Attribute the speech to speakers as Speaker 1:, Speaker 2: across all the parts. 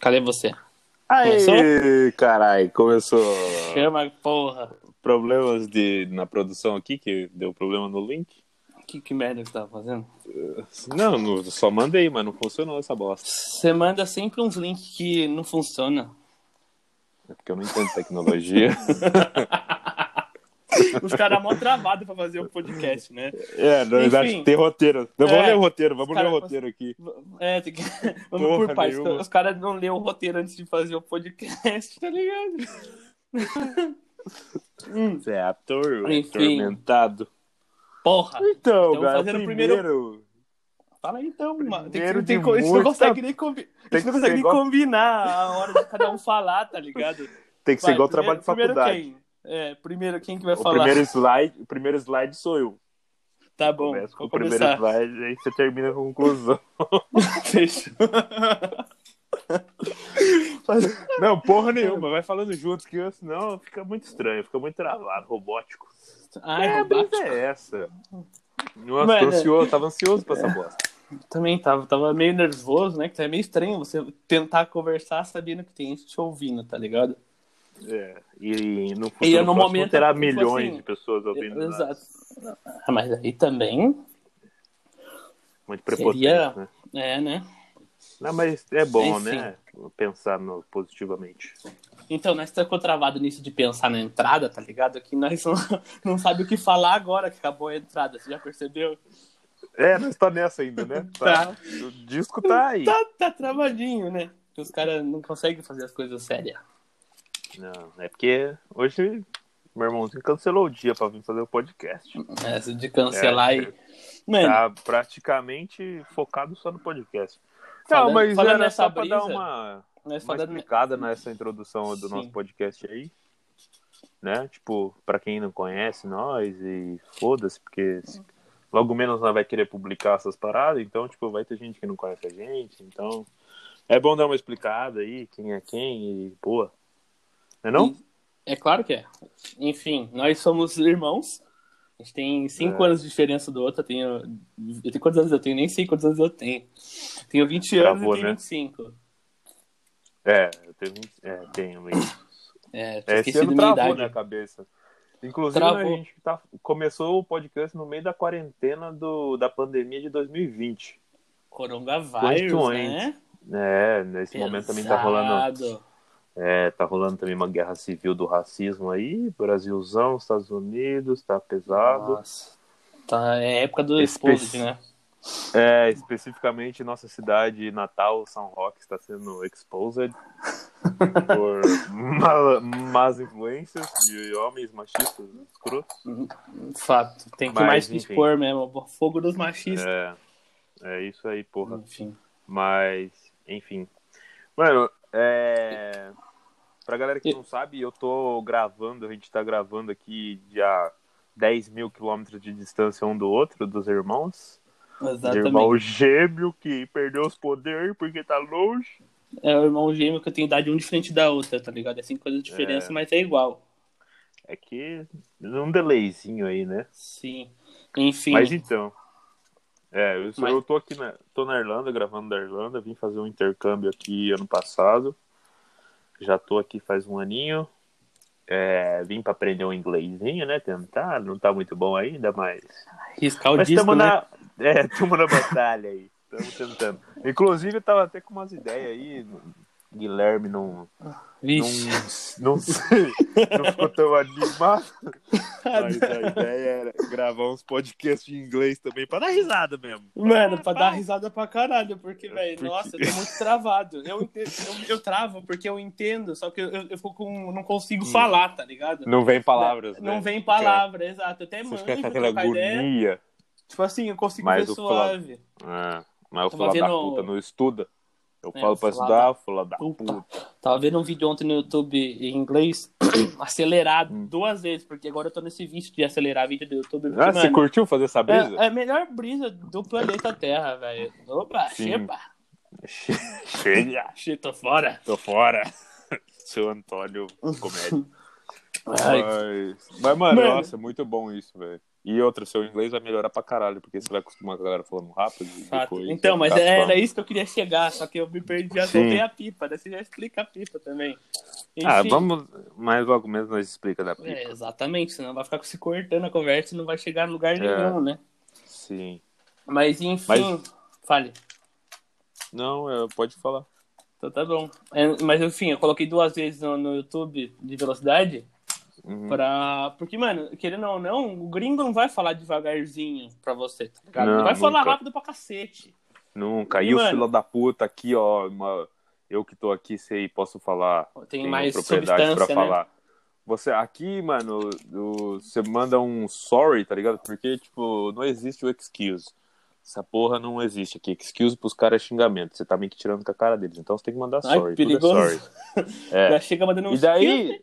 Speaker 1: Cadê você?
Speaker 2: Aí, carai, começou.
Speaker 1: Chama, porra.
Speaker 2: Problemas de, na produção aqui, que deu problema no link.
Speaker 1: Que, que merda que você tava fazendo?
Speaker 2: Não, não, só mandei, mas não funcionou essa bosta.
Speaker 1: Você manda sempre uns links que não funciona.
Speaker 2: É porque eu não entendo tecnologia.
Speaker 1: Os caras mó travado pra fazer um podcast, né?
Speaker 2: É, na verdade,
Speaker 1: Enfim.
Speaker 2: tem roteiro. Não,
Speaker 1: É.
Speaker 2: vamos ler o roteiro, vamos
Speaker 1: Cara,
Speaker 2: ler o
Speaker 1: você-
Speaker 2: roteiro aqui.
Speaker 1: É, tem que... vamos
Speaker 2: Porra
Speaker 1: por partes.
Speaker 2: nenhuma.
Speaker 1: Os caras não leu o roteiro antes de fazer o podcast, tá ligado? Hum,
Speaker 2: Você é ator,
Speaker 1: Enfim.
Speaker 2: atormentado.
Speaker 1: porra.
Speaker 2: Então,
Speaker 1: Então,
Speaker 2: cara,
Speaker 1: fazendo o
Speaker 2: primeiro...
Speaker 1: primeiro- Fala aí então, mano. Tem que,
Speaker 2: Primeiro
Speaker 1: tem
Speaker 2: de
Speaker 1: co- a gente não
Speaker 2: muita-
Speaker 1: consegue nem, combi... a
Speaker 2: Tem
Speaker 1: gente não
Speaker 2: que
Speaker 1: consegue
Speaker 2: ser
Speaker 1: nem
Speaker 2: igual-
Speaker 1: combinar a hora de cada um falar, tá ligado?
Speaker 2: Tem que ser
Speaker 1: Vai, primeiro-
Speaker 2: igual trabalho de faculdade.
Speaker 1: Primeiro quem? É, primeiro quem que vai
Speaker 2: O
Speaker 1: falar?
Speaker 2: primeiro slide, o primeiro slide sou eu.
Speaker 1: Tá bom,
Speaker 2: Começa com o
Speaker 1: vou
Speaker 2: primeiro
Speaker 1: começar.
Speaker 2: slide, aí você termina com a conclusão. é
Speaker 1: Fechou.
Speaker 2: Não, porra nenhuma, vai falando junto, que senão fica muito estranho, fica muito travado, robótico.
Speaker 1: Ai,
Speaker 2: é, a
Speaker 1: roubar.
Speaker 2: brisa é essa. Nossa,
Speaker 1: Mano.
Speaker 2: tô ansioso, tava ansioso pra essa bosta.
Speaker 1: Também tava, tava meio nervoso, né? Que é meio estranho você tentar conversar sabendo que tem gente te ouvindo, tá ligado?
Speaker 2: É, e no futuro
Speaker 1: E no
Speaker 2: próximo
Speaker 1: momento,
Speaker 2: terá
Speaker 1: tipo
Speaker 2: milhões
Speaker 1: assim,
Speaker 2: de pessoas ouvindo. né? nada.
Speaker 1: Exato. Ah, mas aí também
Speaker 2: Muito prepotente,
Speaker 1: seria...
Speaker 2: né?
Speaker 1: É, né?
Speaker 2: Não, mas é bom,
Speaker 1: Enfim.
Speaker 2: né? Pensar no, positivamente.
Speaker 1: Então, nós ficou travado nisso de pensar na entrada, tá ligado? Que nós não, não sabe o que falar agora que acabou a entrada, você já percebeu?
Speaker 2: É, nós tá nessa ainda, né?
Speaker 1: Tá.
Speaker 2: O disco tá aí.
Speaker 1: Tá, tá travadinho, né? Que os caras não conseguem fazer as coisas sérias.
Speaker 2: Não, é porque hoje meu irmãozinho cancelou o dia pra vir fazer o podcast.
Speaker 1: Essa né? de cancelar
Speaker 2: É.
Speaker 1: e. Mano,
Speaker 2: Tá praticamente focado só no podcast.
Speaker 1: Falando-
Speaker 2: não, mas
Speaker 1: falando
Speaker 2: era
Speaker 1: nessa
Speaker 2: só pra
Speaker 1: brisa,
Speaker 2: dar uma,
Speaker 1: nós
Speaker 2: uma
Speaker 1: falando.
Speaker 2: explicada nessa introdução do nosso
Speaker 1: Sim.
Speaker 2: podcast aí. Né? Tipo, pra quem não conhece nós e foda-se, porque se- logo menos nós vai querer publicar essas paradas, então, tipo, vai ter gente que não conhece a gente, então é bom dar uma explicada aí, quem é quem e boa. Não é não?
Speaker 1: É claro que é. Enfim, nós somos irmãos. A gente tem cinco
Speaker 2: É.
Speaker 1: anos de diferença do outro. Eu tenho. Eu tenho quantos anos eu tenho? Nem sei quantos anos eu tenho. Tenho 20 anos
Speaker 2: Travou,
Speaker 1: e tenho
Speaker 2: né?
Speaker 1: 25.
Speaker 2: É, eu tenho, vinte- é, tenho isso.
Speaker 1: É, tinha
Speaker 2: É, esse
Speaker 1: esquecido
Speaker 2: ano
Speaker 1: minha
Speaker 2: travou
Speaker 1: idade.
Speaker 2: minha cabeça. Inclusive,
Speaker 1: Travou.
Speaker 2: a gente tá- começou o podcast no meio da quarentena do, da pandemia de 2020.
Speaker 1: Coronavírus,
Speaker 2: Quanto
Speaker 1: né?
Speaker 2: É, nesse momento também tá rolando,
Speaker 1: Pesado.
Speaker 2: é, tá rolando também uma guerra civil do racismo aí, Brasilzão, Estados Unidos, tá pesado.
Speaker 1: Nossa. Tá, é época do
Speaker 2: Espe-
Speaker 1: exposed, né?
Speaker 2: É, especificamente nossa cidade natal, São Roque, está sendo exposed por ma- más influências de homens machistas escrotos.
Speaker 1: Fato. Tem que
Speaker 2: Mas,
Speaker 1: mais
Speaker 2: enfim.
Speaker 1: expor mesmo. Fogo dos machistas.
Speaker 2: É, é isso aí, porra.
Speaker 1: Enfim.
Speaker 2: Mas, enfim. Mano, é. Pra galera que não sabe, eu tô gravando, a gente tá gravando aqui de a 10 mil quilômetros de distância um do outro, dos irmãos.
Speaker 1: Exatamente.
Speaker 2: Irmão gêmeo que perdeu os poderes porque tá longe.
Speaker 1: É o irmão gêmeo que eu tenho idade um diferente da outra, tá ligado? É cinco coisas de diferença, mas é igual.
Speaker 2: É que deu um delayzinho aí, né?
Speaker 1: Sim. Enfim.
Speaker 2: Mas então. É, eu,
Speaker 1: Mas-
Speaker 2: eu tô aqui na, tô na Irlanda, gravando da Irlanda, vim fazer um intercâmbio aqui ano passado. Já tô aqui faz um aninho. É, vim pra aprender um inglesinho, né? Tentar, não tá muito bom ainda, mas.
Speaker 1: Riscar o
Speaker 2: mas
Speaker 1: disco,
Speaker 2: tamo
Speaker 1: né?
Speaker 2: na. É, tamo na batalha aí. Tamo tentando. Inclusive, eu tava até com umas ideias aí. Guilherme não. Não,
Speaker 1: Vixe.
Speaker 2: não, sei, não ficou tão animado. Mas a ideia era gravar uns podcasts em inglês também, pra dar risada mesmo.
Speaker 1: Mano, pra dar risada pra caralho, porque, velho,
Speaker 2: É, Porque-
Speaker 1: nossa, eu tô muito travado. Eu, ente- eu, eu travo porque eu entendo, só que eu, eu, eu fico com, não consigo
Speaker 2: Hum.
Speaker 1: falar, tá ligado?
Speaker 2: Não vem palavras, né?
Speaker 1: Não vem palavra, exato. Eu até
Speaker 2: é, Você
Speaker 1: manjo
Speaker 2: fica com aquela
Speaker 1: trocar ideia.
Speaker 2: agonia.
Speaker 1: Tipo assim, eu consigo
Speaker 2: Mas
Speaker 1: ver
Speaker 2: o Flávio-
Speaker 1: suave.
Speaker 2: Ah, mas o
Speaker 1: Tava
Speaker 2: filho da
Speaker 1: vendo-
Speaker 2: puta não estuda. Eu
Speaker 1: É,
Speaker 2: falo pra
Speaker 1: filha
Speaker 2: estudar, fala da
Speaker 1: Puta.
Speaker 2: puta.
Speaker 1: Tava vendo um vídeo ontem no YouTube em inglês, acelerado, duas vezes, porque agora eu tô nesse vício de acelerar vídeo do YouTube. porque,
Speaker 2: Hum. Ah, você
Speaker 1: mano,
Speaker 2: curtiu fazer essa brisa?
Speaker 1: é, é a melhor brisa do planeta Terra, velho. Opa,
Speaker 2: Sim.
Speaker 1: xepa, é.
Speaker 2: Chega,
Speaker 1: xepa, tô fora.
Speaker 2: tô fora. Seu Antônio Comédia.
Speaker 1: Ai,
Speaker 2: Mas, mas mano,
Speaker 1: Mano.
Speaker 2: nossa, é muito bom isso, velho. E outra, seu inglês vai melhorar pra caralho, porque você vai acostumar com a galera falando rápido e
Speaker 1: fato.
Speaker 2: depois...
Speaker 1: Então, mas
Speaker 2: vai ficar
Speaker 1: era
Speaker 2: suando.
Speaker 1: isso que eu queria chegar, só que eu me perdi, já
Speaker 2: Sim.
Speaker 1: soltei a pipa, daí você já explica a pipa também.
Speaker 2: Ah,
Speaker 1: Enfim,
Speaker 2: vamos... Mas logo mesmo nós explica da pipa.
Speaker 1: é, exatamente, senão vai ficar se cortando a conversa e não vai chegar em lugar
Speaker 2: É.
Speaker 1: nenhum, né?
Speaker 2: Sim.
Speaker 1: Mas enfim,
Speaker 2: Mas-
Speaker 1: fale.
Speaker 2: Não, é, pode falar.
Speaker 1: Então tá bom. É, mas enfim, eu coloquei duas vezes no, no YouTube de velocidade
Speaker 2: Uhum.
Speaker 1: pra. Porque, mano, querendo ou não, o gringo não vai falar devagarzinho pra você, tá ligado?
Speaker 2: Não,
Speaker 1: Ele vai falar
Speaker 2: nunca.
Speaker 1: rápido pra cacete.
Speaker 2: Nunca. E o
Speaker 1: Mano.
Speaker 2: fila da puta aqui, ó. uma- Eu que tô aqui, sei, posso falar.
Speaker 1: Tem
Speaker 2: tenho
Speaker 1: mais
Speaker 2: propriedade pra
Speaker 1: substância, né?
Speaker 2: falar. Você aqui, mano, o- você manda um sorry, tá ligado? Porque, tipo, não existe o excuse. Essa porra não existe aqui. Excuse pros caras é xingamento. Você tá meio que tirando com a cara deles. Então você tem que mandar
Speaker 1: Ai,
Speaker 2: sorry. Tudo é
Speaker 1: perigoso.
Speaker 2: sorry. É.
Speaker 1: Já chega mandando um
Speaker 2: E daí,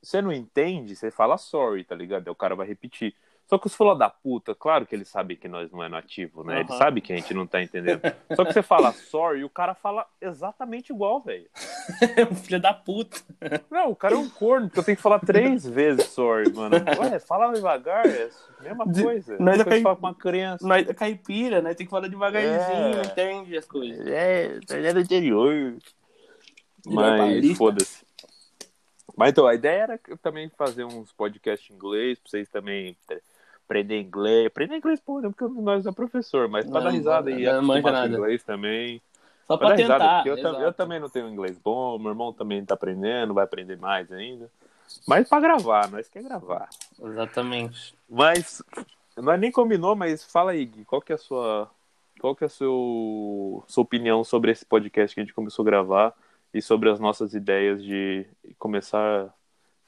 Speaker 2: você não entende, você fala sorry, tá ligado? Aí o cara vai repetir. Só que os filha da puta, claro que eles sabem que nós não é nativo, né? Eles
Speaker 1: Aham.
Speaker 2: sabem que a gente não tá entendendo. Só que você fala sorry e o cara fala exatamente igual, velho.
Speaker 1: skill, É um filho da puta.
Speaker 2: Não, o cara é um corno, porque eu tenho que falar três vezes sorry, mano. Ué, fala devagar, é a mesma
Speaker 1: De-
Speaker 2: coisa.
Speaker 1: nós
Speaker 2: Nós
Speaker 1: já
Speaker 2: coisa
Speaker 1: caí-
Speaker 2: que fala com uma criança.
Speaker 1: Nós é caipira, né? Tem que falar devagarzinho,
Speaker 2: É.
Speaker 1: não entende as coisas.
Speaker 2: É, tá ligado interior.
Speaker 1: paulista.
Speaker 2: Mas foda-se. Mas então, a ideia era que eu também fazer uns podcasts em inglês, pra vocês também te- aprender inglês. Aprender inglês, pô, não, porque nós não é professor, mas pra
Speaker 1: Não,
Speaker 2: dar risada
Speaker 1: não
Speaker 2: e
Speaker 1: manja
Speaker 2: acostumar com
Speaker 1: nada.
Speaker 2: inglês também.
Speaker 1: Só
Speaker 2: Pra
Speaker 1: pra
Speaker 2: dar risada,
Speaker 1: tentar.
Speaker 2: porque eu, tam- eu
Speaker 1: exato.
Speaker 2: também não tenho inglês bom, meu irmão também tá aprendendo, vai aprender mais ainda. Mas pra gravar, nós quer gravar.
Speaker 1: Exatamente.
Speaker 2: Mas nós nem combinou, mas fala aí, Gui, qual que é a sua, qual que é a seu, sua opinião sobre esse podcast que a gente começou a gravar e sobre as nossas ideias de começar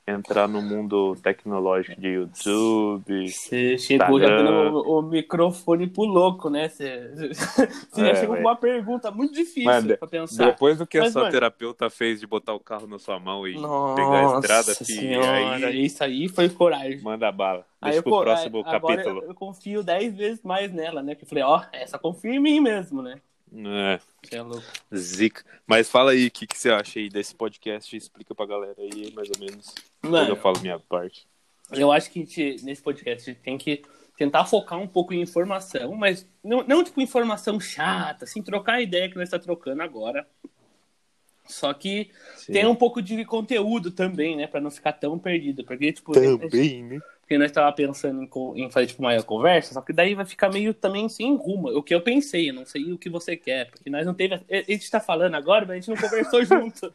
Speaker 2: a entrar no mundo tecnológico de YouTube?
Speaker 1: Você chegou já
Speaker 2: Instagram.
Speaker 1: dando o, o microfone pro louco, né? Você, você já
Speaker 2: É,
Speaker 1: chegou com
Speaker 2: véi.
Speaker 1: uma pergunta muito difícil
Speaker 2: Mas de-
Speaker 1: pra pensar.
Speaker 2: Depois do que
Speaker 1: Mas,
Speaker 2: essa
Speaker 1: mano-
Speaker 2: terapeuta fez de botar o carro na sua mão e pegar a
Speaker 1: Nossa
Speaker 2: estrada, fi,
Speaker 1: senhora,
Speaker 2: aí
Speaker 1: isso aí foi coragem.
Speaker 2: manda bala.
Speaker 1: Aí
Speaker 2: Deixa
Speaker 1: eu
Speaker 2: pro
Speaker 1: co-
Speaker 2: próximo
Speaker 1: aí- agora
Speaker 2: capítulo.
Speaker 1: Eu, eu confio dez vezes mais nela, né? Que eu falei, ó, essa confia em mim mesmo, né?
Speaker 2: É.
Speaker 1: Você é louco.
Speaker 2: Zica. Mas fala aí o que, que você acha aí desse podcast e explica pra galera aí, mais ou menos. Depois eu
Speaker 1: Mano,
Speaker 2: falo minha parte.
Speaker 1: eu acho que a gente, nesse podcast a gente tem que tentar focar um pouco em informação, mas não, não tipo informação chata, assim, trocar a ideia que nós está trocando agora. Só que tem um pouco de conteúdo também, né? Pra não ficar tão perdido. Porque, tipo, a gente-
Speaker 2: né?
Speaker 1: Porque nós tava pensando em, co- em fazer tipo, uma conversa, só que daí vai ficar meio também sem rumo. O que eu pensei, eu não sei o que você quer, porque nós não teve. A a gente tá falando agora, mas a gente não conversou junto.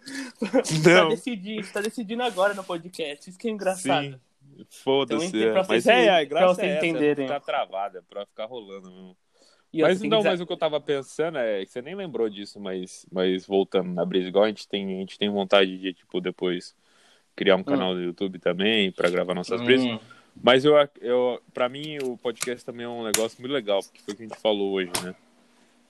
Speaker 1: Pra
Speaker 2: Não.
Speaker 1: decidir, a gente tá decindo agora no podcast. Isso que é engraçado.
Speaker 2: Sim. Foda-se.
Speaker 1: Então, tem pra
Speaker 2: é. Mas
Speaker 1: vocês-
Speaker 2: é, é, a
Speaker 1: pra
Speaker 2: graça é
Speaker 1: vocês
Speaker 2: essa,
Speaker 1: entenderem.
Speaker 2: é não ficar travada, é pra ficar rolando mesmo.
Speaker 1: E
Speaker 2: mas
Speaker 1: outra,
Speaker 2: não,
Speaker 1: quem
Speaker 2: mas o que eu tava pensando é, que você nem lembrou disso, mas, mas voltando na brisa, igual a gente tem, a gente tem vontade de, tipo, depois criar um canal do YouTube também, pra gravar nossas
Speaker 1: quiser- Hum,
Speaker 2: brisas. Mas eu, eu para mim o podcast também é um negócio muito legal, porque foi o que a gente falou hoje, né?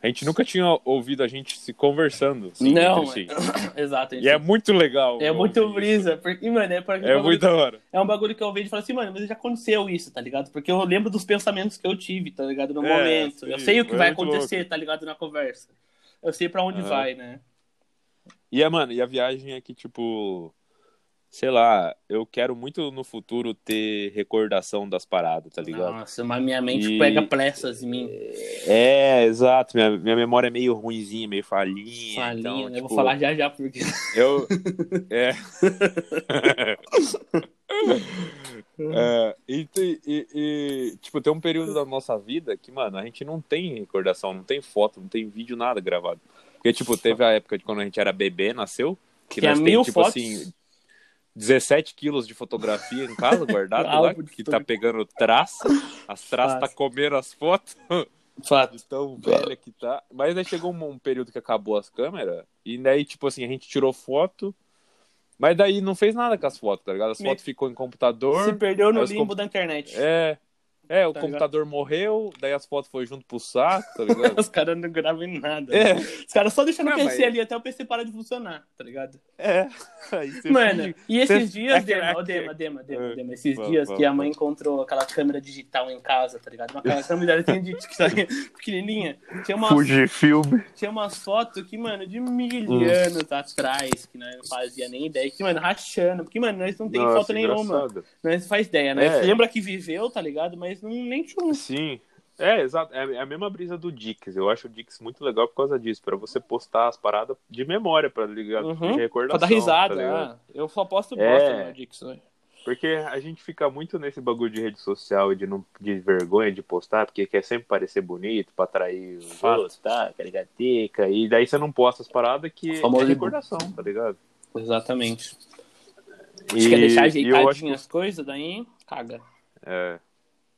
Speaker 2: A gente nunca tinha ouvido a gente se conversando. assim,
Speaker 1: Não,
Speaker 2: entre si.
Speaker 1: Exato.
Speaker 2: E é muito legal.
Speaker 1: é
Speaker 2: eu
Speaker 1: muito
Speaker 2: ouvir isso.
Speaker 1: brisa, porque, mano, é, pra-
Speaker 2: É
Speaker 1: bagulho-
Speaker 2: muito da hora.
Speaker 1: é um bagulho que eu vejo e falo assim, mano, mas já aconteceu isso, tá ligado? Porque eu lembro dos pensamentos que eu tive, tá ligado? No
Speaker 2: É,
Speaker 1: momento. eu
Speaker 2: sim,
Speaker 1: sei o que
Speaker 2: é
Speaker 1: vai
Speaker 2: muito
Speaker 1: acontecer, tá ligado? Na conversa. Eu sei pra onde
Speaker 2: Aham. Tá
Speaker 1: vai, né?
Speaker 2: E é, mano, e a viagem é que, tipo, sei lá, eu quero muito no futuro ter recordação das paradas, tá ligado?
Speaker 1: Nossa, mas minha mente
Speaker 2: E-
Speaker 1: pega pressas em mim.
Speaker 2: É, exato. Minha, minha memória é meio ruinzinha, meio falhinha.
Speaker 1: Falinha,
Speaker 2: então,
Speaker 1: né? Eu
Speaker 2: tipo,
Speaker 1: vou falar já já, porque.
Speaker 2: Eu. É. É, e, te- e- e, tipo, tem um período da nossa vida que, mano, a gente não tem recordação, não tem foto, não tem vídeo, nada gravado. Porque, tipo, teve a época de quando a gente era bebê, nasceu, que
Speaker 1: Tinha
Speaker 2: nós
Speaker 1: é mil
Speaker 2: temos, tipo
Speaker 1: fotos.
Speaker 2: assim, 17 quilos de fotografia em casa, guardado lá,
Speaker 1: Álbum de
Speaker 2: que tá pegando traça, as traças tá
Speaker 1: Fácil.
Speaker 2: comendo as fotos.
Speaker 1: Fato.
Speaker 2: De tão velha que tá. Mas aí chegou um, um período que acabou as câmeras. E daí, tipo assim, a gente tirou foto. Mas daí não fez nada com as fotos, tá ligado? As
Speaker 1: Me-
Speaker 2: fotos ficou em computador.
Speaker 1: Se perdeu no
Speaker 2: Mas
Speaker 1: limbo
Speaker 2: como-
Speaker 1: da internet.
Speaker 2: É. É, o
Speaker 1: Tá
Speaker 2: computador morreu, daí as fotos foram junto pro saco, tá ligado?
Speaker 1: Os caras não gravam em nada.
Speaker 2: É.
Speaker 1: Os caras só deixam no
Speaker 2: Não,
Speaker 1: PC
Speaker 2: mas-
Speaker 1: ali até o PC parar de funcionar, tá ligado?
Speaker 2: é. Aí você
Speaker 1: Mano,
Speaker 2: finge-
Speaker 1: e esses
Speaker 2: Você-
Speaker 1: dias,
Speaker 2: é que- é
Speaker 1: Dema,
Speaker 2: que-
Speaker 1: ô, Dema, Dema, Dema,
Speaker 2: É.
Speaker 1: Dema, esses
Speaker 2: Vamos,
Speaker 1: dias que a
Speaker 2: vamos,
Speaker 1: mãe encontrou aquela câmera digital em casa, tá ligado? Uma câmera câmerazinha de sabe, pequenininha. Tinha uma,
Speaker 2: Fujifilm.
Speaker 1: tinha umas fotos que, mano, de mil
Speaker 2: Hum.
Speaker 1: anos atrás, que nós não fazia nem ideia. Que, mano, rachando. Porque, mano, nós não tem
Speaker 2: Nossa,
Speaker 1: foto nenhuma.
Speaker 2: engraçado.
Speaker 1: Nós não faz ideia, né?
Speaker 2: É.
Speaker 1: Lembra que viveu, tá ligado? Mas não, nem tinha um.
Speaker 2: Sim. É, exato. É a mesma brisa do Dix. Eu acho o Dix muito legal por causa disso. Pra você postar as paradas de memória, pra ligar
Speaker 1: Uhum,
Speaker 2: de
Speaker 1: Pra
Speaker 2: recordação.
Speaker 1: dar
Speaker 2: tá
Speaker 1: risada.
Speaker 2: ligado?
Speaker 1: ah, eu só posto
Speaker 2: É.
Speaker 1: bosta né, no Dixon.
Speaker 2: Porque a gente fica muito nesse bagulho de rede social e de, não, de vergonha de postar, porque quer sempre parecer bonito pra atrair os
Speaker 1: Fato.
Speaker 2: outros, tá? Caricateca. E daí você não posta as paradas que
Speaker 1: famoso
Speaker 2: é recordação, tá ligado?
Speaker 1: Exatamente.
Speaker 2: E-
Speaker 1: Se quer deixar
Speaker 2: e eu acho
Speaker 1: ajeitadinho as coisas, daí caga.
Speaker 2: É.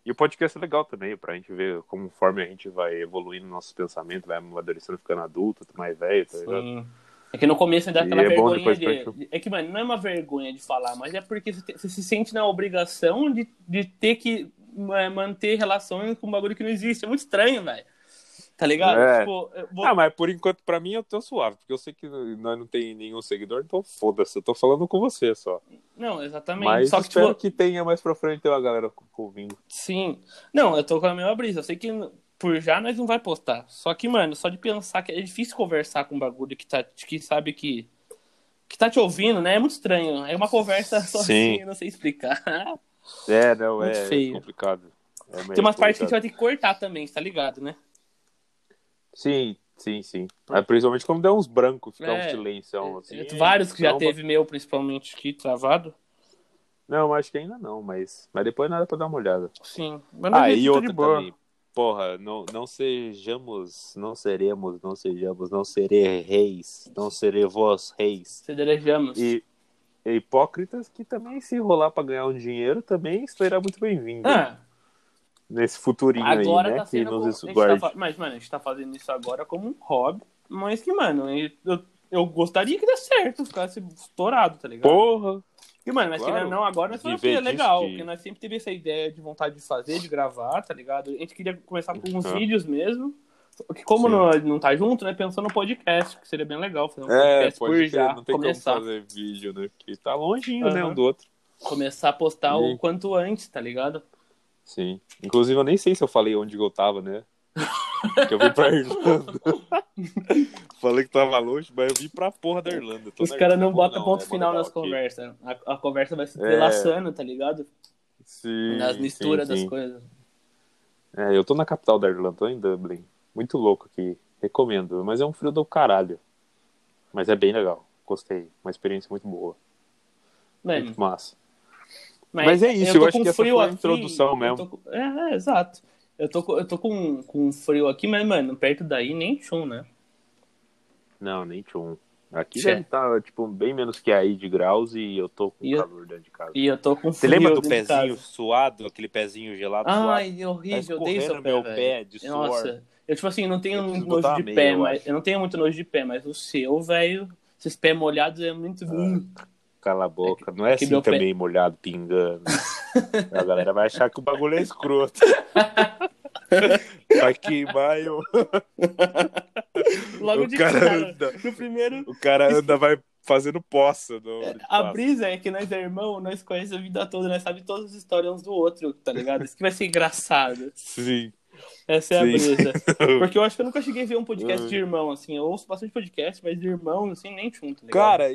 Speaker 2: E o podcast é legal também, pra gente ver como forma a gente vai evoluindo nossos pensamentos, vai amadurecendo, ficando adulto, mais velho, tá ligado?
Speaker 1: Sim. É que no começo ainda dá
Speaker 2: E
Speaker 1: aquela
Speaker 2: é bom
Speaker 1: vergonha
Speaker 2: depois
Speaker 1: de... É que, mano, não é uma vergonha de falar, mas é porque você te- você se sente na obrigação de, de ter que é, manter relações com um bagulho que não existe. É muito estranho, velho. Tá ligado?
Speaker 2: É.
Speaker 1: Tipo, eu vou-
Speaker 2: Ah, mas por enquanto, pra mim, eu tô suave, porque eu sei que nós não tem nenhum seguidor, então foda-se, eu tô falando com você só.
Speaker 1: Não, exatamente.
Speaker 2: Mas
Speaker 1: Só que,
Speaker 2: espero
Speaker 1: tipo,
Speaker 2: que tenha mais pra frente uma galera co- ouvindo.
Speaker 1: sim. Não, eu tô com a mesma brisa. Eu sei que por já nós não vai postar. Só que, mano, só de pensar que é difícil conversar com um bagulho que, tá, que sabe que... Que tá te ouvindo, né? É muito estranho. É uma conversa sozinha,
Speaker 2: Sim.
Speaker 1: eu não sei explicar.
Speaker 2: É, não,
Speaker 1: Muito
Speaker 2: é
Speaker 1: feio.
Speaker 2: complicado. É meio
Speaker 1: Tem umas partes que a gente
Speaker 2: complicado.
Speaker 1: vai ter que cortar também, você tá ligado, né?
Speaker 2: Sim, sim, sim. Ah, principalmente quando der uns brancos, ficar
Speaker 1: É.
Speaker 2: um silêncio assim.
Speaker 1: Vários que já
Speaker 2: Não,
Speaker 1: teve meu, principalmente, aqui travado.
Speaker 2: Não, acho que ainda não, mas, mas depois nada pra dar uma olhada.
Speaker 1: Sim. Mas não
Speaker 2: Ah,
Speaker 1: é
Speaker 2: e
Speaker 1: tudo
Speaker 2: outra
Speaker 1: de boa.
Speaker 2: também. Porra, não, não sejamos, não seremos, não sejamos, não serei reis, não serei vós reis.
Speaker 1: Se derejamos.
Speaker 2: E, e hipócritas que também se rolar pra ganhar um dinheiro também será muito bem-vindo
Speaker 1: Ah,
Speaker 2: nesse futurinho
Speaker 1: agora
Speaker 2: aí, né?
Speaker 1: tá
Speaker 2: que
Speaker 1: sendo. bom.
Speaker 2: nos
Speaker 1: A gente
Speaker 2: guarde.
Speaker 1: tá fa- Mas, mano, a gente tá fazendo isso agora como um hobby. Mas que, mano, eu, eu gostaria que desse certo, ficasse estourado, tá ligado?
Speaker 2: Porra!
Speaker 1: E, mano, mas
Speaker 2: Claro.
Speaker 1: que não, agora nós falamos que
Speaker 2: Viver
Speaker 1: é
Speaker 2: disso
Speaker 1: legal,
Speaker 2: de-
Speaker 1: porque nós sempre teve essa ideia de vontade de fazer, de gravar, tá ligado? A gente queria começar com uns
Speaker 2: Uhum.
Speaker 1: vídeos mesmo, porque como
Speaker 2: Sim.
Speaker 1: não, não tá junto, né, pensou no podcast, que seria bem legal fazer um
Speaker 2: É,
Speaker 1: podcast
Speaker 2: pode
Speaker 1: por
Speaker 2: crer,
Speaker 1: já,
Speaker 2: não tem
Speaker 1: começar,
Speaker 2: como fazer vídeo, né? Porque tá longinho, né,
Speaker 1: Aham.
Speaker 2: um do outro.
Speaker 1: começar a postar
Speaker 2: Sim.
Speaker 1: o quanto antes, tá ligado?
Speaker 2: Sim. Inclusive, eu nem sei se eu falei onde eu tava, né? Que eu vim pra Irlanda. falei que tava longe, mas eu vim pra porra da Irlanda. Tô
Speaker 1: Os
Speaker 2: na
Speaker 1: caras
Speaker 2: Irlanda,
Speaker 1: não botam
Speaker 2: né,
Speaker 1: ponto
Speaker 2: mano,
Speaker 1: final
Speaker 2: tá
Speaker 1: nas
Speaker 2: aqui.
Speaker 1: conversas, né? a, a conversa vai se
Speaker 2: É.
Speaker 1: relacionando, tá ligado?
Speaker 2: Sim,
Speaker 1: Nas misturas
Speaker 2: sim,
Speaker 1: das
Speaker 2: sim.
Speaker 1: coisas.
Speaker 2: É, eu tô na capital da Irlanda, tô em Dublin. Muito louco aqui. Recomendo. Mas é um frio do caralho. Mas é bem legal. Gostei. Uma experiência muito boa.
Speaker 1: Mano,
Speaker 2: Muito massa. Mas é isso, eu
Speaker 1: tô
Speaker 2: acho
Speaker 1: com
Speaker 2: que essa
Speaker 1: frio
Speaker 2: foi a introdução
Speaker 1: eu
Speaker 2: mesmo.
Speaker 1: tô com- É, é, exato. Eu tô, com- eu tô com, com frio aqui, mas, mano, perto daí nem chum, né?
Speaker 2: Não, nem tchum. Aqui
Speaker 1: Tchê.
Speaker 2: deve tá, tipo, bem menos que aí de graus e eu tô com
Speaker 1: E eu-
Speaker 2: calor dentro de casa.
Speaker 1: E eu tô com
Speaker 2: Você
Speaker 1: frio.
Speaker 2: lembra do
Speaker 1: dentro de
Speaker 2: pezinho
Speaker 1: casa.
Speaker 2: suado, aquele pezinho gelado suado?
Speaker 1: Ai, é horrível, eu odeio
Speaker 2: escorrendo
Speaker 1: seu pé,
Speaker 2: meu
Speaker 1: velho.
Speaker 2: pé de suor.
Speaker 1: Nossa, eu tipo assim, não tenho
Speaker 2: Eu preciso
Speaker 1: nojo
Speaker 2: botar uma
Speaker 1: de
Speaker 2: meia,
Speaker 1: pé,
Speaker 2: eu
Speaker 1: mas
Speaker 2: acho.
Speaker 1: eu não tenho muito nojo de pé, mas o seu, velho, esses pés molhados é
Speaker 2: Ah,
Speaker 1: muito ruim.
Speaker 2: Cala a boca. Não é
Speaker 1: que
Speaker 2: assim
Speaker 1: meu pé-
Speaker 2: também, molhado, pingando. a galera vai achar que o bagulho é escroto. vai queimar e o,
Speaker 1: Logo
Speaker 2: o
Speaker 1: de
Speaker 2: cara
Speaker 1: cara,
Speaker 2: anda.
Speaker 1: no primeiro.
Speaker 2: O cara anda, vai fazendo poça. No...
Speaker 1: A brisa é que nós é irmão, nós conhecemos a vida toda, nós sabemos todas as histórias uns do outro, tá ligado? Isso que vai ser engraçado.
Speaker 2: Sim.
Speaker 1: Essa é a
Speaker 2: Sim.
Speaker 1: brisa. Porque eu acho que eu nunca cheguei a ver um podcast de irmão, assim. Eu ouço bastante podcast, mas de irmão, assim, nem junto, tá ligado?
Speaker 2: Cara,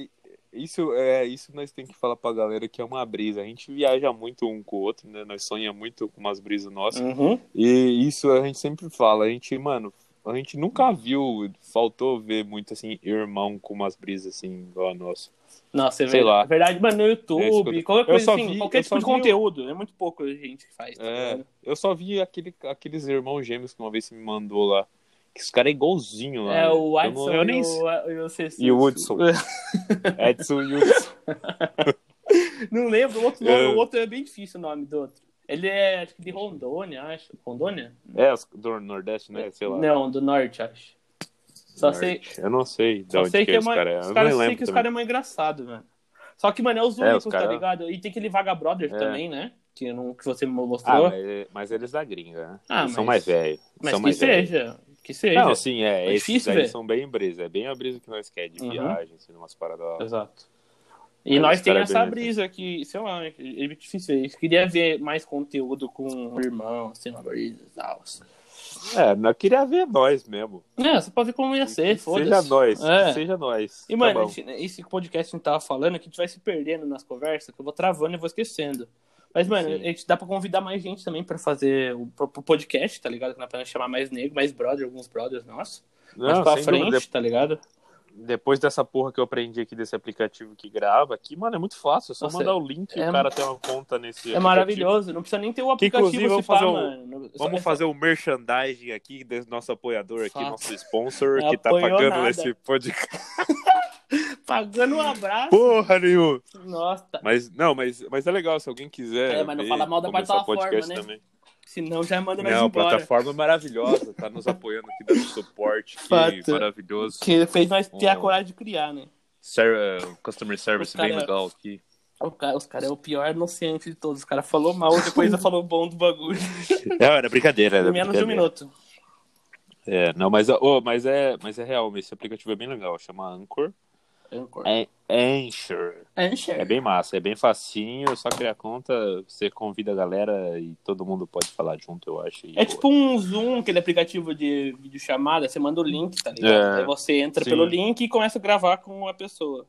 Speaker 2: isso é isso nós tem que falar pra galera que é uma brisa. A gente viaja muito um com o outro, né? Nós sonha muito com umas brisas nossas.
Speaker 1: Uhum.
Speaker 2: E isso a gente sempre fala, a gente, mano, a gente nunca viu, faltou ver muito assim, irmão com umas brisas assim, igual a nossa.
Speaker 1: Nossa, é
Speaker 2: Sei
Speaker 1: verdade.
Speaker 2: lá.
Speaker 1: É verdade, mano, no
Speaker 2: É isso
Speaker 1: YouTube,
Speaker 2: que eu-
Speaker 1: qualquer
Speaker 2: eu
Speaker 1: coisa
Speaker 2: só
Speaker 1: assim,
Speaker 2: vi-
Speaker 1: qualquer
Speaker 2: eu só
Speaker 1: tipo de
Speaker 2: vi o-
Speaker 1: conteúdo. É muito pouco a gente que faz, tá
Speaker 2: É.
Speaker 1: ligado?
Speaker 2: Eu só vi aquele, aqueles irmãos gêmeos que uma vez você me mandou lá. Que os caras é igualzinho lá.
Speaker 1: É,
Speaker 2: né?
Speaker 1: o
Speaker 2: Eu não-
Speaker 1: Watson
Speaker 2: eu nem
Speaker 1: e o, e o Cessu.
Speaker 2: E o Hudson. Edson e Hudson.
Speaker 1: Não lembro, o outro, nome,
Speaker 2: É.
Speaker 1: o outro é bem difícil o nome do outro. Ele é, acho que de Rondônia, acho. Rondônia?
Speaker 2: É, os do Nordeste, né? Sei lá.
Speaker 1: Não, do Norte, acho. Só sei,
Speaker 2: Eu não sei de
Speaker 1: só
Speaker 2: onde
Speaker 1: sei que,
Speaker 2: que é
Speaker 1: é
Speaker 2: esse
Speaker 1: uma,
Speaker 2: cara. é.
Speaker 1: os
Speaker 2: Eu
Speaker 1: caras
Speaker 2: nem
Speaker 1: sei
Speaker 2: lembro
Speaker 1: que os
Speaker 2: também.
Speaker 1: caras é mais engraçado, mano. Só que, mano, é os
Speaker 2: É,
Speaker 1: únicos,
Speaker 2: os
Speaker 1: tá
Speaker 2: cara-
Speaker 1: ligado? E tem aquele Vaga Brother
Speaker 2: É.
Speaker 1: também, né? Que, não, que você me mostrou.
Speaker 2: Ah, mas, mas eles da gringa, né?
Speaker 1: Ah,
Speaker 2: Eles são
Speaker 1: mas-
Speaker 2: mais velhos.
Speaker 1: mas
Speaker 2: são
Speaker 1: que
Speaker 2: mais velhos.
Speaker 1: seja. Que seja.
Speaker 2: Não, sim, é.
Speaker 1: É
Speaker 2: esses
Speaker 1: difícil,
Speaker 2: aí
Speaker 1: velho.
Speaker 2: são bem brisa. É bem a brisa que nós quer de
Speaker 1: Uhum.
Speaker 2: viagem, assim, umas paradas. lá.
Speaker 1: Exato. E
Speaker 2: Mas
Speaker 1: nós
Speaker 2: os
Speaker 1: tem
Speaker 2: caras
Speaker 1: essa
Speaker 2: bem-
Speaker 1: brisa que, sei lá, é é difícil. Eu queria ver mais conteúdo com o irmão, assim, uma brisa e tal.
Speaker 2: É, não eu queria ver nós mesmo.
Speaker 1: É, só pra ver como ia ser, foda-se.
Speaker 2: Seja nós,
Speaker 1: É.
Speaker 2: seja nós. Tá
Speaker 1: E, mano, esse, né, esse podcast que a gente tava falando, que a gente vai se perdendo nas conversas, que eu vou travando e vou esquecendo. Mas, mano,
Speaker 2: Sim.
Speaker 1: a gente dá pra convidar mais gente também pra fazer o pro- pro podcast, tá ligado? Que não é pra chamar mais negro, mais brother, alguns brothers nossos.
Speaker 2: não,
Speaker 1: Mas pra
Speaker 2: sem
Speaker 1: frente,
Speaker 2: dúvida.
Speaker 1: tá ligado?
Speaker 2: Depois dessa porra que eu aprendi aqui desse aplicativo que grava, aqui, mano, é muito fácil. É só
Speaker 1: Nossa,
Speaker 2: mandar o link e
Speaker 1: é-
Speaker 2: o cara tem uma conta
Speaker 1: É
Speaker 2: nesse. aplicativo.
Speaker 1: maravilhoso, não precisa nem ter o aplicativo
Speaker 2: inclusive,
Speaker 1: se
Speaker 2: vamos
Speaker 1: pá,
Speaker 2: fazer um-
Speaker 1: mano.
Speaker 2: Vamos fazer o merchandising aqui desse nosso apoiador aqui,
Speaker 1: Fato.
Speaker 2: nosso sponsor
Speaker 1: Não
Speaker 2: que tá
Speaker 1: apoiou
Speaker 2: pagando
Speaker 1: nada.
Speaker 2: esse podcast.
Speaker 1: Pagando um abraço.
Speaker 2: Porra nenhuma!
Speaker 1: Nossa,
Speaker 2: Mas não, mas, mas é legal, se alguém quiser.
Speaker 1: É, mas não
Speaker 2: ver,
Speaker 1: fala mal da
Speaker 2: começar o
Speaker 1: plataforma,
Speaker 2: podcast
Speaker 1: né?
Speaker 2: Também.
Speaker 1: senão já manda nós
Speaker 2: Não, a
Speaker 1: embora.
Speaker 2: plataforma é maravilhosa, tá nos apoiando aqui, dando suporte, que
Speaker 1: Fato.
Speaker 2: maravilhoso.
Speaker 1: Que fez nós ter a
Speaker 2: Hum.
Speaker 1: coragem de criar, né?
Speaker 2: Ser- uh, customer service
Speaker 1: Os cara-
Speaker 2: bem legal aqui.
Speaker 1: O ca- Os caras é o pior inocente de todos. Os caras falou mal, depois falou bom do bagulho.
Speaker 2: Não, era brincadeira, era
Speaker 1: Em menos de um
Speaker 2: brincadeira.
Speaker 1: minuto.
Speaker 2: É, não, mas, oh, mas, é, mas é real, esse aplicativo é bem legal, chama Anchor. É, Anchor. É bem massa, é bem facinho, só criar conta, você convida a galera e todo mundo pode falar junto, eu acho. e
Speaker 1: É
Speaker 2: boa.
Speaker 1: tipo um Zoom, aquele aplicativo de videochamada. Você manda o link, tá ligado?
Speaker 2: É.
Speaker 1: Aí você entra
Speaker 2: Sim.
Speaker 1: pelo link e começa a gravar com a pessoa.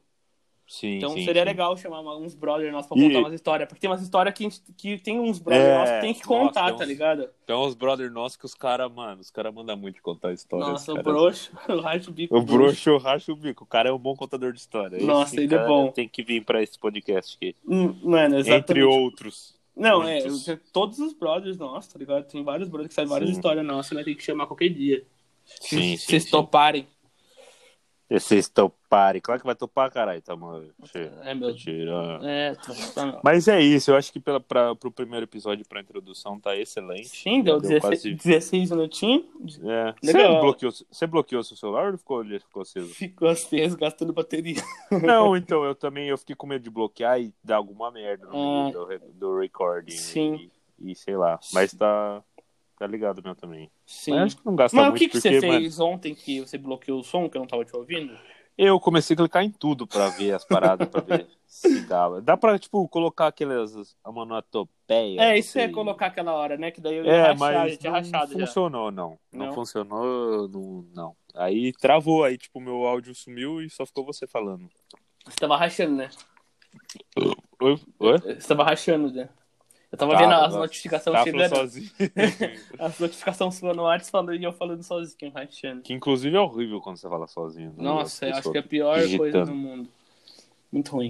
Speaker 2: Sim,
Speaker 1: Então
Speaker 2: sim,
Speaker 1: seria
Speaker 2: sim.
Speaker 1: legal chamar uma- uns brothers nossos pra
Speaker 2: E-
Speaker 1: contar umas histórias. Porque tem umas histórias que, a gente- que tem uns brothers
Speaker 2: É,
Speaker 1: nossos que tem que
Speaker 2: nossa,
Speaker 1: contar,
Speaker 2: tem uns-
Speaker 1: tá ligado?
Speaker 2: Então os brother nossos que os caras, mano, os caras mandam muito contar histórias.
Speaker 1: Nossa, o
Speaker 2: cara.
Speaker 1: broxo, eu acho o bico.
Speaker 2: O
Speaker 1: do
Speaker 2: bruxo racha o bico. O cara é um bom contador de história.
Speaker 1: Nossa,
Speaker 2: Esse
Speaker 1: ele é
Speaker 2: cara
Speaker 1: bom.
Speaker 2: Tem que vir pra esse podcast aqui.
Speaker 1: Hum, Mano, exatamente.
Speaker 2: Entre outros.
Speaker 1: Não, é,
Speaker 2: muitos.
Speaker 1: eu- todos os brothers nossos, tá ligado? Tem vários brothers que saem várias
Speaker 2: Sim.
Speaker 1: histórias nossas, nós tem que chamar qualquer dia. Se- se
Speaker 2: Sim, sim,
Speaker 1: vocês
Speaker 2: sim.
Speaker 1: toparem.
Speaker 2: Vocês toparem. Claro que vai topar, caralho. Tá, mano.
Speaker 1: É, meu.
Speaker 2: Tira.
Speaker 1: É, tô- tá, não.
Speaker 2: Mas é isso. Eu acho que pela, pra, pro primeiro episódio, pra introdução, tá excelente.
Speaker 1: Sim, deu
Speaker 2: Deu
Speaker 1: 16,
Speaker 2: quase-
Speaker 1: 16 minutinhos.
Speaker 2: É.
Speaker 1: Legal.
Speaker 2: Você, bloqueou, você bloqueou seu celular ou ficou, ele ficou aceso?
Speaker 1: Ficou aceso, gastando bateria.
Speaker 2: Não, então eu também eu fiquei com medo de bloquear e dar alguma merda no
Speaker 1: Ah.
Speaker 2: meio do, re- do recording.
Speaker 1: Sim.
Speaker 2: E, e sei lá. Mas tá, tá ligado meu também.
Speaker 1: Sim.
Speaker 2: Mas
Speaker 1: Mas,
Speaker 2: acho que não gasta muito
Speaker 1: o que, que
Speaker 2: porque,
Speaker 1: você
Speaker 2: mano,
Speaker 1: fez ontem que você bloqueou o som, que eu não tava te ouvindo?
Speaker 2: Eu comecei a clicar em tudo pra ver as paradas, pra ver se dava. Dá pra, tipo, colocar aquelas onomatopeias.
Speaker 1: É,
Speaker 2: não
Speaker 1: isso é
Speaker 2: sei.
Speaker 1: colocar aquela hora, né? Que daí eu ia
Speaker 2: É,
Speaker 1: rachar,
Speaker 2: mas
Speaker 1: já tinha
Speaker 2: não
Speaker 1: rachado já.
Speaker 2: funcionou, não. não.
Speaker 1: Não?
Speaker 2: funcionou, não, não. Aí travou, aí, tipo, meu áudio sumiu e só ficou você falando.
Speaker 1: Você tava rachando, né?
Speaker 2: Oi? Oi?
Speaker 1: Você tava rachando, né? Eu tava
Speaker 2: Tava,
Speaker 1: vendo as
Speaker 2: nossa.
Speaker 1: notificações
Speaker 2: Tava
Speaker 1: chegando.
Speaker 2: falando Tá, sozinho.
Speaker 1: As notificações suas no WhatsApp falando e eu falando sozinho, rachando.
Speaker 2: que, inclusive, é horrível quando você fala sozinho. né?
Speaker 1: Nossa, eu
Speaker 2: As
Speaker 1: acho que é a
Speaker 2: pessoas-
Speaker 1: pior coisa
Speaker 2: digitando.
Speaker 1: do mundo. Muito ruim.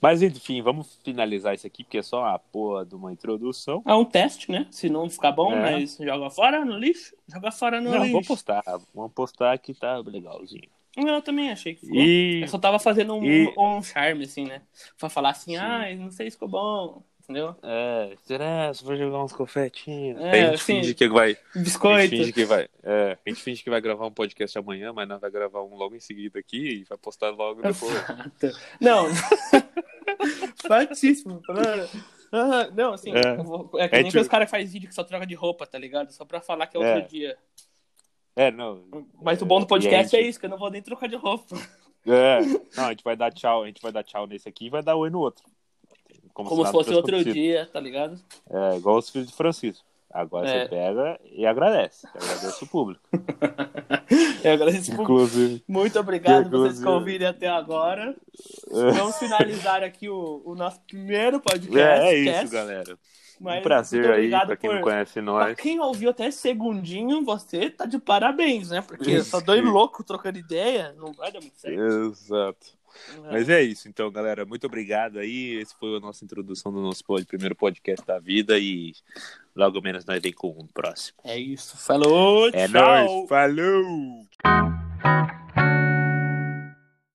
Speaker 2: Mas, enfim, vamos finalizar isso aqui, porque é só a porra de uma introdução.
Speaker 1: É um teste, né? Se não ficar bom,
Speaker 2: É.
Speaker 1: mas joga fora no lixo. Joga fora no
Speaker 2: Não,
Speaker 1: lixo.
Speaker 2: vou postar. Vamos postar que tá legalzinho.
Speaker 1: Não, eu também achei que ficou.
Speaker 2: E
Speaker 1: Eu só tava fazendo um,
Speaker 2: E-
Speaker 1: um charme, assim, né? Pra falar assim,
Speaker 2: Sim.
Speaker 1: ah, não sei se ficou bom. Entendeu?
Speaker 2: É, será? Você vai jogar uns confetinhos.
Speaker 1: É,
Speaker 2: Aí a gente
Speaker 1: sim.
Speaker 2: finge que vai. A gente
Speaker 1: Biscoito.
Speaker 2: finge que vai. é, a gente finge que vai gravar um podcast amanhã, mas nós vai gravar um logo em seguida aqui e vai postar logo depois.
Speaker 1: Fato. Não. Fatíssimo. Mano. Ah, Não, assim,
Speaker 2: É.
Speaker 1: eu vou- é que
Speaker 2: É
Speaker 1: nem que
Speaker 2: tipo-
Speaker 1: os caras fazem vídeo que só troca de roupa, tá ligado? Só pra falar que é outro
Speaker 2: É.
Speaker 1: dia.
Speaker 2: É, não.
Speaker 1: Mas o bom do podcast
Speaker 2: E a
Speaker 1: é isso, que eu não vou nem trocar de roupa.
Speaker 2: É. Não, a gente vai dar tchau, a gente vai dar tchau nesse aqui e vai dar oi no outro.
Speaker 1: Como se
Speaker 2: nada
Speaker 1: fosse
Speaker 2: tivesse
Speaker 1: outro
Speaker 2: acontecido.
Speaker 1: dia, tá ligado?
Speaker 2: É, igual os filhos de Francisco. Agora
Speaker 1: É.
Speaker 2: você pega e agradece. Agradece o público.
Speaker 1: Eu agradeço por-
Speaker 2: Inclusive.
Speaker 1: Muito obrigado
Speaker 2: Inclusive. É.
Speaker 1: vocês que ouvirem até agora. Vamos finalizar aqui o, o nosso primeiro podcast.
Speaker 2: É, é isso,
Speaker 1: cast,
Speaker 2: galera.
Speaker 1: mas
Speaker 2: um prazer
Speaker 1: muito
Speaker 2: aí
Speaker 1: obrigado
Speaker 2: pra quem não
Speaker 1: por-
Speaker 2: conhece
Speaker 1: Pra
Speaker 2: nós.
Speaker 1: quem ouviu até esse segundinho, você tá de parabéns, né? Porque eu só dois loucos trocando ideia, não vai dar muito certo.
Speaker 2: Exato.
Speaker 1: Não.
Speaker 2: Mas é isso, então, galera. Muito obrigado aí. Esse foi a nossa introdução do nosso pod- primeiro podcast da vida e logo menos nós vem com um próximo.
Speaker 1: É isso. Falou,
Speaker 2: É
Speaker 1: tchau!
Speaker 2: nóis, falou!